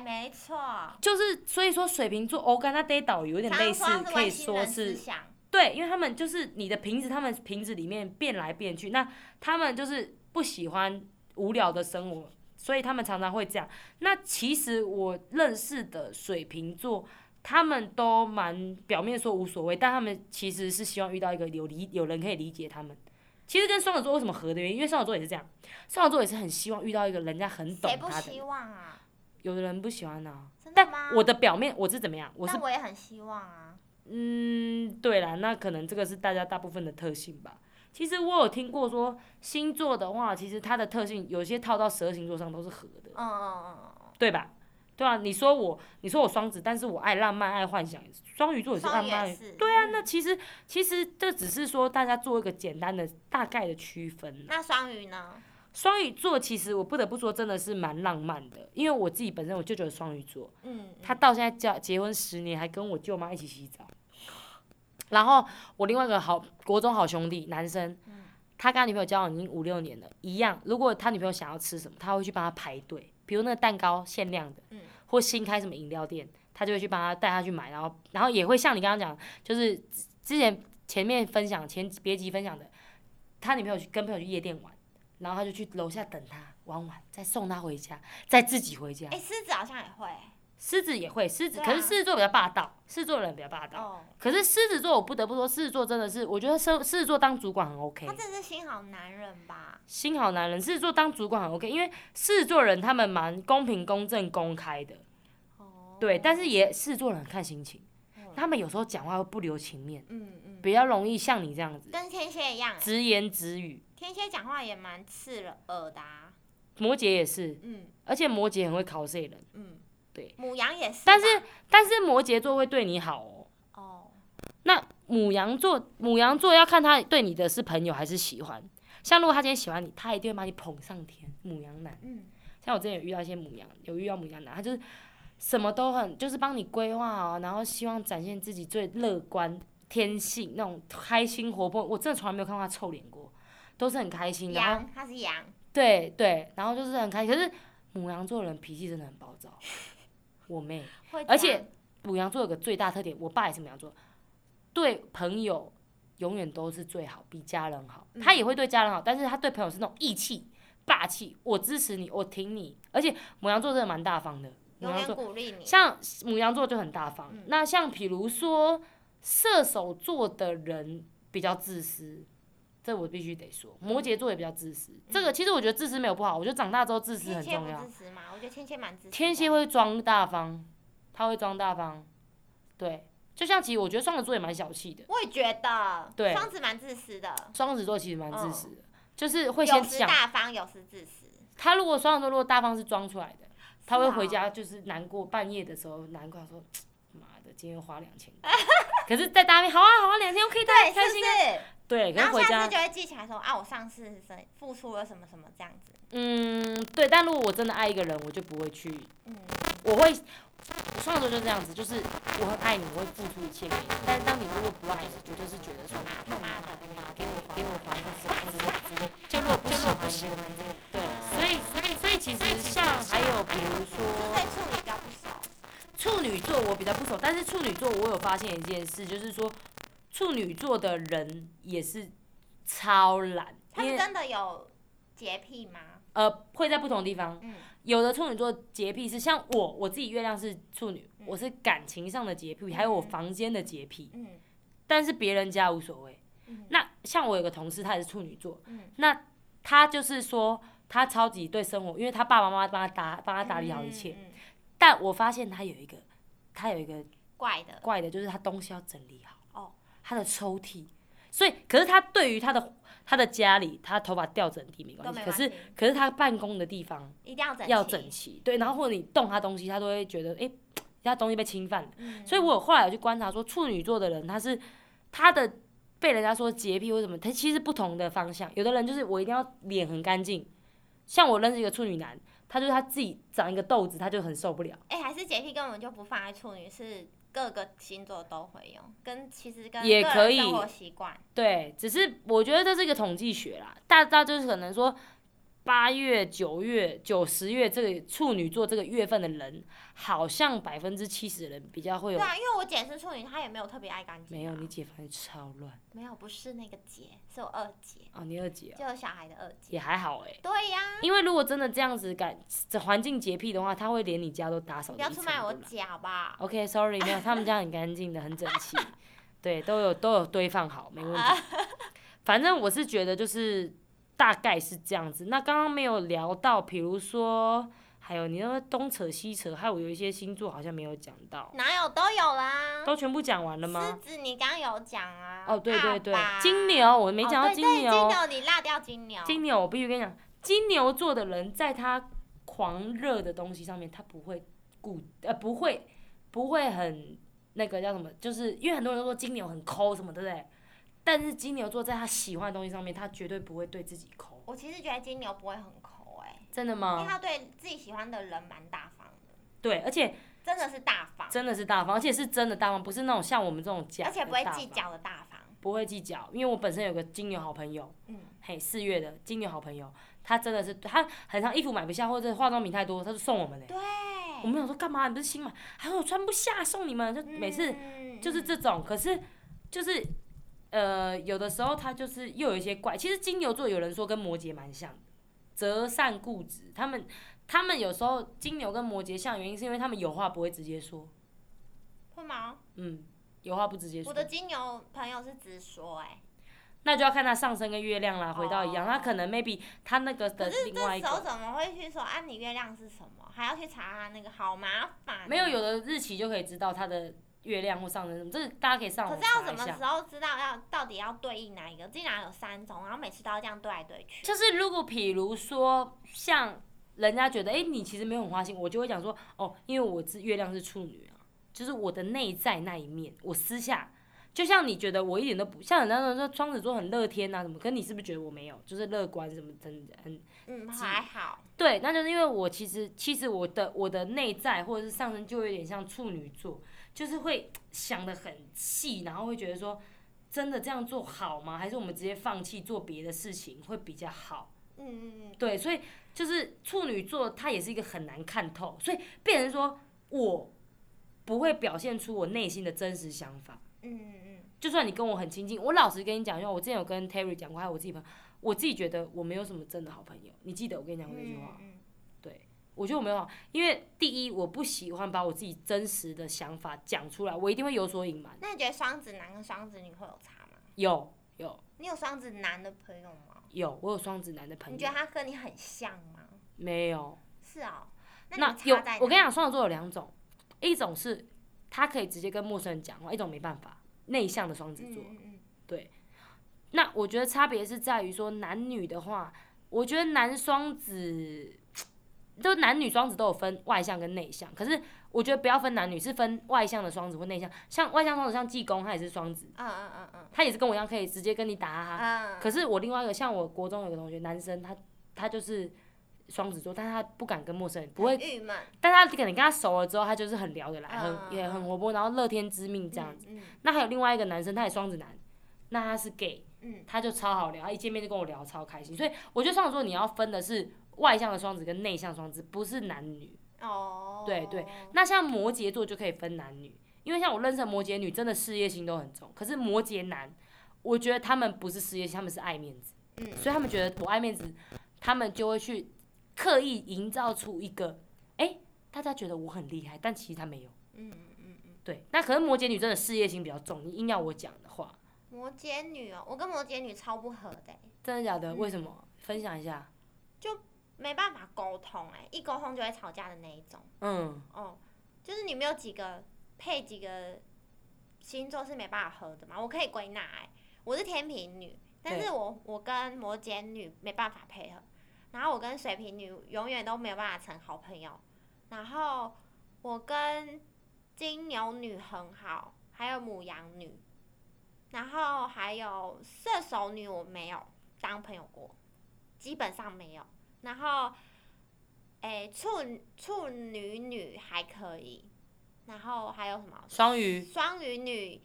Speaker 1: 没错。
Speaker 2: 就是所以说水瓶座哦欧甘那 day 导游有点
Speaker 1: 常
Speaker 2: 类
Speaker 1: 常
Speaker 2: 似
Speaker 1: 说他，是
Speaker 2: 可以
Speaker 1: 外星
Speaker 2: 说
Speaker 1: 人
Speaker 2: 是
Speaker 1: 思想，
Speaker 2: 对，因为他们就是你的瓶子，他们瓶子里面变来变去，那他们就是不喜欢无聊的生活，所以他们常常会这样。那其实我认识的水瓶座，他们都蛮表面说无所谓，但他们其实是希望遇到一个有理有人可以理解他们。其实跟双子座为什么合的原因，因为双子座也是这样，双子座也是很希望遇到一个人家很懂
Speaker 1: 谁不
Speaker 2: 他的
Speaker 1: 希
Speaker 2: 人。
Speaker 1: 望啊？
Speaker 2: 有的人不喜欢啊，
Speaker 1: 真的
Speaker 2: 但
Speaker 1: 吗？
Speaker 2: 我的表面我是怎么样？我是
Speaker 1: 但我也很希望啊。
Speaker 2: 嗯，对啦，那可能这个是大家大部分的特性吧。其实我有听过说，星座的话，其实它的特性有些套到十二星座上都是合的
Speaker 1: 嗯，嗯嗯嗯
Speaker 2: 对吧？对啊，你说我，你说我双子，但是我爱浪漫，爱幻想，双鱼座
Speaker 1: 嗯，
Speaker 2: 也是浪
Speaker 1: 双鱼
Speaker 2: 漫
Speaker 1: 也
Speaker 2: 的。
Speaker 1: 是。
Speaker 2: 对啊，
Speaker 1: 嗯
Speaker 2: 那其实其实这只是说大家做一个简单的大概的区分啦。
Speaker 1: 那双鱼呢？
Speaker 2: 双鱼座其实我不得不说真的是蛮浪漫的，因为我自己本身我舅舅是双鱼座，
Speaker 1: 嗯，
Speaker 2: 他到现在结结婚十年，还跟我舅妈一起洗澡。然后我另外一个好国中好兄弟男生，
Speaker 1: 嗯
Speaker 2: 他跟他女朋友交往已经五六年了，一样。如果他女朋友想要吃什么，他会去帮他排队，比如那个蛋糕限量的，
Speaker 1: 嗯
Speaker 2: 或新开什么饮料店，他就会去帮他带他去买，然后然后也会像你刚刚讲，就是之之前前面分享前别集分享的，他女朋友去跟朋友去夜店玩，然后他就去楼下等他玩完，再送他回家，再自己回家
Speaker 1: 哎、。狮子好像也会
Speaker 2: 狮子也会，狮子、
Speaker 1: 对啊
Speaker 2: 可是狮子座比较霸道，狮子座人比较霸道。
Speaker 1: 哦。
Speaker 2: 可是狮子座，我不得不说，狮子座真的是，我觉得狮狮子座当主管很 OK，
Speaker 1: 他真的是心好男人吧？
Speaker 2: 心好男人。狮子座当主管很 OK，因为狮子座人他们蛮公平、公正、公开的，
Speaker 1: 哦，
Speaker 2: 对。但是也狮子座人很看心情，
Speaker 1: 嗯
Speaker 2: 他们有时候讲话会不留情面，
Speaker 1: 嗯嗯，
Speaker 2: 比较容易像你这样子
Speaker 1: 跟天蝎一样欸，
Speaker 2: 直言直语。
Speaker 1: 天蝎讲话也蛮刺耳的、啊。
Speaker 2: 摩羯也是，
Speaker 1: 嗯
Speaker 2: 而且摩羯很会 cos 人，
Speaker 1: 嗯，
Speaker 2: 对。
Speaker 1: 母羊也是吧，
Speaker 2: 但是但是摩羯座会对你好哦。
Speaker 1: 哦，
Speaker 2: 那母羊座，母羊座要看他对你的是朋友还是喜欢。像如果他今天喜欢你，他一定会把你捧上天。母羊男，
Speaker 1: 嗯
Speaker 2: 像我之前有遇到一些母羊，有遇到母羊男，他就是什么都很，就是帮你规划好，然后希望展现自己最乐观天性那种开心活泼。我真的从来没有看过他臭脸过，都是很开心。然后
Speaker 1: 羊他是羊，
Speaker 2: 对对，然后就是很开心。可是母羊座的人脾气真的很暴躁，我妹。
Speaker 1: 会
Speaker 2: 而且
Speaker 1: 讲
Speaker 2: 母羊座有个最大特点，我爸也是母羊座，对朋友永远都是最好，比家人好。
Speaker 1: 嗯
Speaker 2: 他也会对家人好，但是他对朋友是那种义气、霸气，我支持你，我挺你。而且母羊座真的蛮大方的，母
Speaker 1: 永
Speaker 2: 羊
Speaker 1: 远
Speaker 2: 座
Speaker 1: 鼓励你，
Speaker 2: 像母羊座就很大方。
Speaker 1: 嗯
Speaker 2: 那像比如说射手座的人比较自私。这我必须得说，摩羯座也比较自私。这个其实我觉得自私没有不好，我觉得长大之后自私
Speaker 1: 天
Speaker 2: 很
Speaker 1: 蝎
Speaker 2: 重要
Speaker 1: 嗯不。自私吗？我觉得天蝎蛮自私的，
Speaker 2: 天蝎会装大方，他会装大方，对，就像其实我觉得双子座也蛮小气的，
Speaker 1: 我也觉得，
Speaker 2: 对
Speaker 1: 双子蛮自私的，
Speaker 2: 双子座其实蛮自私的，就是
Speaker 1: 嗯
Speaker 2: 会
Speaker 1: 有
Speaker 2: 先
Speaker 1: 时
Speaker 2: 想
Speaker 1: 大方，有时自私。
Speaker 2: 他如果双子座如果大方是装出来的，他
Speaker 1: 是
Speaker 2: 会
Speaker 1: 啊
Speaker 2: 回家就是难过，半夜的时候难过他说，妈的，今天又花两千，可是在大面好啊好啊，两千我可以大
Speaker 1: 对，
Speaker 2: 家
Speaker 1: 是
Speaker 2: 开
Speaker 1: 不
Speaker 2: 心啊，
Speaker 1: 是？
Speaker 2: 对，可
Speaker 1: 然
Speaker 2: 是
Speaker 1: 后
Speaker 2: 回
Speaker 1: 下
Speaker 2: 家
Speaker 1: 次就会记起来说啊，我上次是谁付出了什么什么这样子。
Speaker 2: 嗯对，但如果我真的爱一个人，我就不会去，
Speaker 1: 嗯，
Speaker 2: 我会。双子座就这样子，就是我很爱你，我会付出一切给你。但是当你如果不爱你，我就是觉得说，
Speaker 1: 他妈的，
Speaker 2: 给我给我还个什么之类之类，就如果不喜欢喜欢这个，对，所以所以所以其实像还有比如
Speaker 1: 就
Speaker 2: 说
Speaker 1: 对处女比较不熟。
Speaker 2: 处女座，我比较不熟，但是处女座我有发现一件事，就是说处女座的人也是超懒，
Speaker 1: 他
Speaker 2: 因
Speaker 1: 们
Speaker 2: 为
Speaker 1: 真的有洁癖吗？
Speaker 2: 呃会在不同地方，
Speaker 1: 嗯
Speaker 2: 有的处女座洁癖是像我，我自己月亮是处女，我是感情上的洁癖，还有我房间的洁癖，
Speaker 1: 嗯
Speaker 2: 但是别人家无所谓。
Speaker 1: 嗯
Speaker 2: 那像我有个同事，她也是处女座，
Speaker 1: 嗯，
Speaker 2: 那他就是说，他超级对生活，因为他爸爸妈妈帮他打帮他打理好一切。
Speaker 1: 嗯嗯嗯
Speaker 2: 但我发现他有一个，他有一个
Speaker 1: 怪的
Speaker 2: 怪的，就是他东西要整理好。
Speaker 1: 哦，
Speaker 2: 他的抽屉，所以可是他对于他的他的家里，他头发掉整地没
Speaker 1: 都
Speaker 2: 关系，
Speaker 1: 没
Speaker 2: 可
Speaker 1: 关
Speaker 2: 是
Speaker 1: 系，
Speaker 2: 可是他办公的地方
Speaker 1: 一定要整
Speaker 2: 要
Speaker 1: 齐
Speaker 2: 整。齐，对，然后或者你动他东西，他都会觉得诶，他东西被侵犯了。
Speaker 1: 嗯
Speaker 2: 所以我有后来有去观察说，处女座的人他是他的被人家说洁癖或什么，他其实不同的方向。有的人就是我一定要脸很干净，像我认识一个处女男，他就是他自己长一个痘子，他就很受不了，
Speaker 1: 哎、还是洁癖根本就不放在处女，是各个星座都会用，跟其实跟
Speaker 2: 也
Speaker 1: 个人
Speaker 2: 可以
Speaker 1: 生活习惯。
Speaker 2: 对，只是我觉得这是一个统计学啦，大大就是可能说。八月、九月、九十月这个处女座这个月份的人，好像百分之七十的人比较会
Speaker 1: 对
Speaker 2: 有。
Speaker 1: 啊，因为我姐是处女，她也没有特别爱干净、啊。
Speaker 2: 没有，你姐反正超乱
Speaker 1: 没有，不是那个姐，是我二姐，
Speaker 2: 哦，你二姐哦、
Speaker 1: 就有小孩的二姐。
Speaker 2: 也还好哎、
Speaker 1: 对呀、
Speaker 2: 因为如果真的这样子感这环境洁癖的话，他会连你家都打扫
Speaker 1: 不
Speaker 2: 的
Speaker 1: 要
Speaker 2: 一
Speaker 1: 出
Speaker 2: 尘
Speaker 1: 卖我
Speaker 2: 不染。
Speaker 1: 姐好不好？
Speaker 2: OK，Sorry，、没有，他们家很干净的，很整齐，对，都有都有堆放好，没问
Speaker 1: 啊
Speaker 2: 题。 反正我是觉得就是大概是这样子。那刚刚没有聊到，比如说还有你那东扯西扯，还有有一些星座好像没有讲到，
Speaker 1: 哪有都有啦。
Speaker 2: 都全部讲完了
Speaker 1: 狮
Speaker 2: 吗？
Speaker 1: 子你刚刚有讲啊。
Speaker 2: 哦，对对
Speaker 1: 爸
Speaker 2: 对
Speaker 1: 爸，
Speaker 2: 金牛我没
Speaker 1: 哦
Speaker 2: 讲到
Speaker 1: 对
Speaker 2: 金
Speaker 1: 对
Speaker 2: 牛，
Speaker 1: 金牛你落掉金牛。
Speaker 2: 金牛，我必须跟你讲，金牛座的人在他狂热的东西上面，他不会固呃不会不会很那个叫什么，就是因为很多人都说金牛很抠什么，对不对？但是金牛座在他喜欢的东西上面，他绝对不会对自己抠。
Speaker 1: 我其实觉得金牛不会很抠哎、
Speaker 2: 真的
Speaker 1: 因为
Speaker 2: 吗？
Speaker 1: 他对自己喜欢的人蛮大方的，
Speaker 2: 对，而且
Speaker 1: 真的是大方，
Speaker 2: 真的是大方，而且是真的大方，不是那种像我们这种假
Speaker 1: 而
Speaker 2: 的
Speaker 1: 且
Speaker 2: 大方，
Speaker 1: 不会计，较的大方。
Speaker 2: 不会计较。因为我本身有个金牛好朋友，
Speaker 1: 嗯，
Speaker 2: 嘿，四月的金牛好朋友，他真的是他很常衣服买不下或者化妆品太多，他就送我们嘞、欸
Speaker 1: 对。
Speaker 2: 我们想说干嘛？你不是新买？还有穿不下送你们，就每次
Speaker 1: 嗯
Speaker 2: 就是这种。可是就是呃，有的时候他就是又有一些怪。其实金牛座有人说跟摩羯蛮像的，择善固执。他们他们有时候金牛跟摩羯像，原因是因为他们有话不会直接说，
Speaker 1: 会吗？
Speaker 2: 嗯，有话不直接说
Speaker 1: 我。的金牛朋友是直说哎、
Speaker 2: 那就要看他上升跟月亮啦，回到一样。
Speaker 1: 哦
Speaker 2: 他可能 maybe 他那个的
Speaker 1: 可是
Speaker 2: 另外
Speaker 1: 这
Speaker 2: 一
Speaker 1: 时候
Speaker 2: 个。
Speaker 1: 怎么会去说啊？你月亮是什么？还要去查他那个，好麻烦哦、
Speaker 2: 没有有的日期就可以知道他的月亮或上升什么，这个大家可以上
Speaker 1: 可
Speaker 2: 网
Speaker 1: 是要
Speaker 2: 查
Speaker 1: 什
Speaker 2: 一
Speaker 1: 么
Speaker 2: 下。
Speaker 1: 时候知道要到底要对应哪一个？竟然有三种，然后每次都要这样对来对去。
Speaker 2: 就是如果比如说像人家觉得，哎、你其实没有很花心，我就会讲说，哦，因为我是月亮是处女啊，就是我的内在那一面，我私下。就像你觉得我一点都不像很多人说双子座很乐天啊什么，可你是不是觉得我没有，就是乐观什么很很
Speaker 1: 嗯，还好，
Speaker 2: 对，那就是因为我其实其实我的我的内在或者是上升就有点像处女座，就是会想的很细，然后会觉得说真的这样做好吗？还是我们直接放弃做别的事情会比较好？
Speaker 1: 嗯嗯嗯，
Speaker 2: 对，所以就是处女座，它也是一个很难看透，所以变成说我不会表现出我内心的真实想法。
Speaker 1: 嗯嗯
Speaker 2: 就算你跟我很亲近，我老实跟你讲一下，我之前有跟 Terry 讲过，还有我自己朋友，我自己觉得我没有什么真的好朋友。你记得我跟你讲
Speaker 1: 嗯
Speaker 2: 过这句话？
Speaker 1: 嗯
Speaker 2: 我觉得我没有好，因为第一，我不喜欢把我自己真实的想法讲出来，我一定会有所隐瞒。
Speaker 1: 那你觉得双子男跟双子女会有差吗？
Speaker 2: 有有
Speaker 1: 你有双子男的朋友吗？
Speaker 2: 有，我有双子男的朋
Speaker 1: 你
Speaker 2: 友
Speaker 1: 觉得，他跟你很像吗？
Speaker 2: 没有。
Speaker 1: 是哦，你
Speaker 2: 那
Speaker 1: 们
Speaker 2: 有
Speaker 1: 差在，
Speaker 2: 我跟你
Speaker 1: 哪
Speaker 2: 讲，双子座有两种，一种是他可以直接跟陌生人讲话，一种没办法，内向的双子座。
Speaker 1: 嗯嗯嗯，
Speaker 2: 那我觉得差别是在于说男女的话，我觉得男双子，就男女双子都有分外向跟内向，可是我觉得不要分男女，是分外向的双子或内向。像外向双子，像济公他也是双子，
Speaker 1: 嗯嗯嗯嗯
Speaker 2: 他也是跟我一样可以直接跟你打哈哈，
Speaker 1: 嗯，
Speaker 2: 啊可是我另外一个，像我国中有个同学，男生他他就是双子座，但他不敢跟陌生人，不会
Speaker 1: 很郁闷，
Speaker 2: 但他可能跟他熟了之后，他就是很聊得来，
Speaker 1: 嗯
Speaker 2: 很也很活泼，然后乐天知命这样子。
Speaker 1: 嗯，
Speaker 2: 那还有另外一个男生，他也双子男，那他是 gay，
Speaker 1: 嗯
Speaker 2: 他就超好聊，他一见面就跟我聊超开心。所以我觉得双子座你要分的是外向的双子跟内向双子，不是男女。
Speaker 1: 嗯哦，
Speaker 2: 对对，那像摩羯座就可以分男女，因为像我认识的摩羯女，真的事业心都很重，可是摩羯男，我觉得他们不是事业心，他们是爱面子，
Speaker 1: 嗯
Speaker 2: 所以他们觉得我爱面子，他们就会去刻意营造出一个，哎、大家觉得我很厉害，但其实他没有。
Speaker 1: 嗯嗯嗯嗯，
Speaker 2: 对，那可能摩羯女真的事业心比较重，你硬要我讲的话，
Speaker 1: 摩羯女哦，我跟摩羯女超不合的欸，
Speaker 2: 真的假的？
Speaker 1: 嗯
Speaker 2: 为什么？分享一下。
Speaker 1: 没办法沟通哎，一沟通就会吵架的那一种。
Speaker 2: 嗯，
Speaker 1: 哦，就是你没有几个配几个星座是没办法合的嘛。我可以归纳、欸，我是天平女，但是我我跟摩羯女没办法配合，然后我跟水瓶女永远都没有办法成好朋友，然后我跟金牛女很好，还有母羊女，然后还有射手女我没有当朋友过，基本上没有，然后。诶，处女处女女还可以，然后还有什么？
Speaker 2: 双鱼
Speaker 1: 双鱼女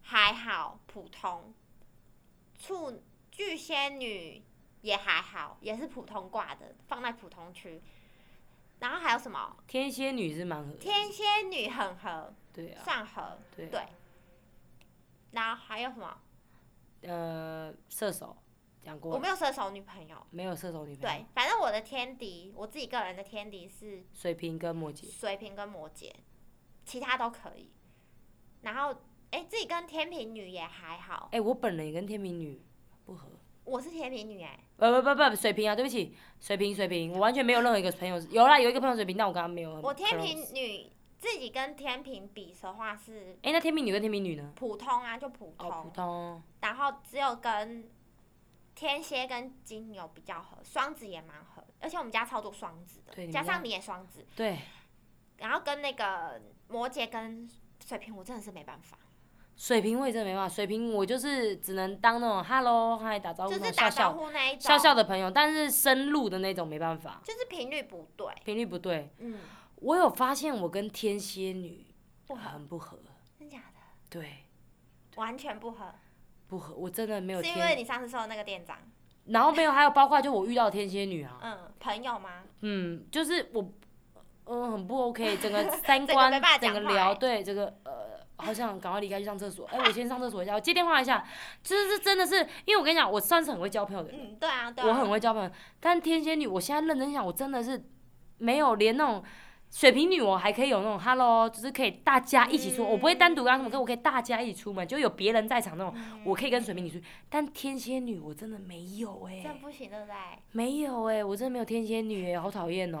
Speaker 1: 还好，普通。处巨蟹女也还好，也是普通挂的，放在普通区。然后还有什么？
Speaker 2: 天蝎女是蛮合，
Speaker 1: 天蝎女很合，
Speaker 2: 对啊，
Speaker 1: 算合。
Speaker 2: 对啊
Speaker 1: 对然后还有什么？
Speaker 2: 呃，射手讲
Speaker 1: 我
Speaker 2: 过，
Speaker 1: 没有射手女朋友。
Speaker 2: 没有射手女朋友，
Speaker 1: 对，反正我的天敌，我自己个人的天敌是
Speaker 2: 水瓶跟摩羯，
Speaker 1: 水瓶跟摩羯，其他都可以。然后，哎、自己跟天平女也还好，
Speaker 2: 哎、我本人也跟天秤女不合，
Speaker 1: 我是天平女哎、
Speaker 2: 呃不不不不，水瓶啊，对不起，水瓶水瓶，我完全没有任何一个朋友是，有啦有一个朋友水瓶，但我跟他没有很
Speaker 1: 我天
Speaker 2: close，
Speaker 1: 平女自己跟天平比的话是
Speaker 2: 哎、那天秤女跟天秤女呢？
Speaker 1: 普通啊，就普通，
Speaker 2: 哦，普通哦，
Speaker 1: 然后只有跟天蝎跟金牛比较合，双子也蛮合，而且我们家超多双子
Speaker 2: 对
Speaker 1: 的，
Speaker 2: 你们
Speaker 1: 加
Speaker 2: 家
Speaker 1: 上你也双子，
Speaker 2: 对，
Speaker 1: 然后跟那个摩羯跟水瓶，我真的是没办法，
Speaker 2: 水瓶我也真的没办法，水瓶我就是只能当那种 hello 嗨打招呼
Speaker 1: 就
Speaker 2: 那
Speaker 1: 是
Speaker 2: 种
Speaker 1: 打
Speaker 2: 笑
Speaker 1: 招
Speaker 2: 哦笑
Speaker 1: 呼那一种，
Speaker 2: 笑笑的朋友，但是深入的那种没办法，
Speaker 1: 就是频率不对，
Speaker 2: 频率不对。
Speaker 1: 嗯，
Speaker 2: 我有发现我跟天蝎女
Speaker 1: 不合
Speaker 2: 很不合，
Speaker 1: 真假的，
Speaker 2: 对，
Speaker 1: 完全不合，
Speaker 2: 不合，我真的没有
Speaker 1: 是因为
Speaker 2: 天，
Speaker 1: 你上次说的那个店长，
Speaker 2: 然后没有还有包括就我遇到的天蝎女啊，
Speaker 1: 嗯，朋友吗？
Speaker 2: 嗯，就是我，嗯、很不 OK，整个三
Speaker 1: 整个
Speaker 2: 观
Speaker 1: 没办法，
Speaker 2: 整
Speaker 1: 讲
Speaker 2: 个
Speaker 1: 话
Speaker 2: 聊，
Speaker 1: 欸
Speaker 2: 对，这个呃，好想赶快离开去上厕所，哎、我先上厕所一下，我接电话一下，就是真的是，因为我跟你讲，我算是很会交朋友的人。
Speaker 1: 嗯，对啊，对啊，
Speaker 2: 我很会交朋友，但天蝎女，我现在认真想，我真的是没有连那种水瓶女，我还可以有那种 hello，就是可以大家一起出，我不会单独跟他们，可我可以大家一起出门，就有别人在场那种，
Speaker 1: 嗯
Speaker 2: 我可以跟水瓶女出去。但天蝎女我真的没有哎、
Speaker 1: 这不行，对不对？
Speaker 2: 没有哎、我真的没有天蝎女哎、好讨 厌哦，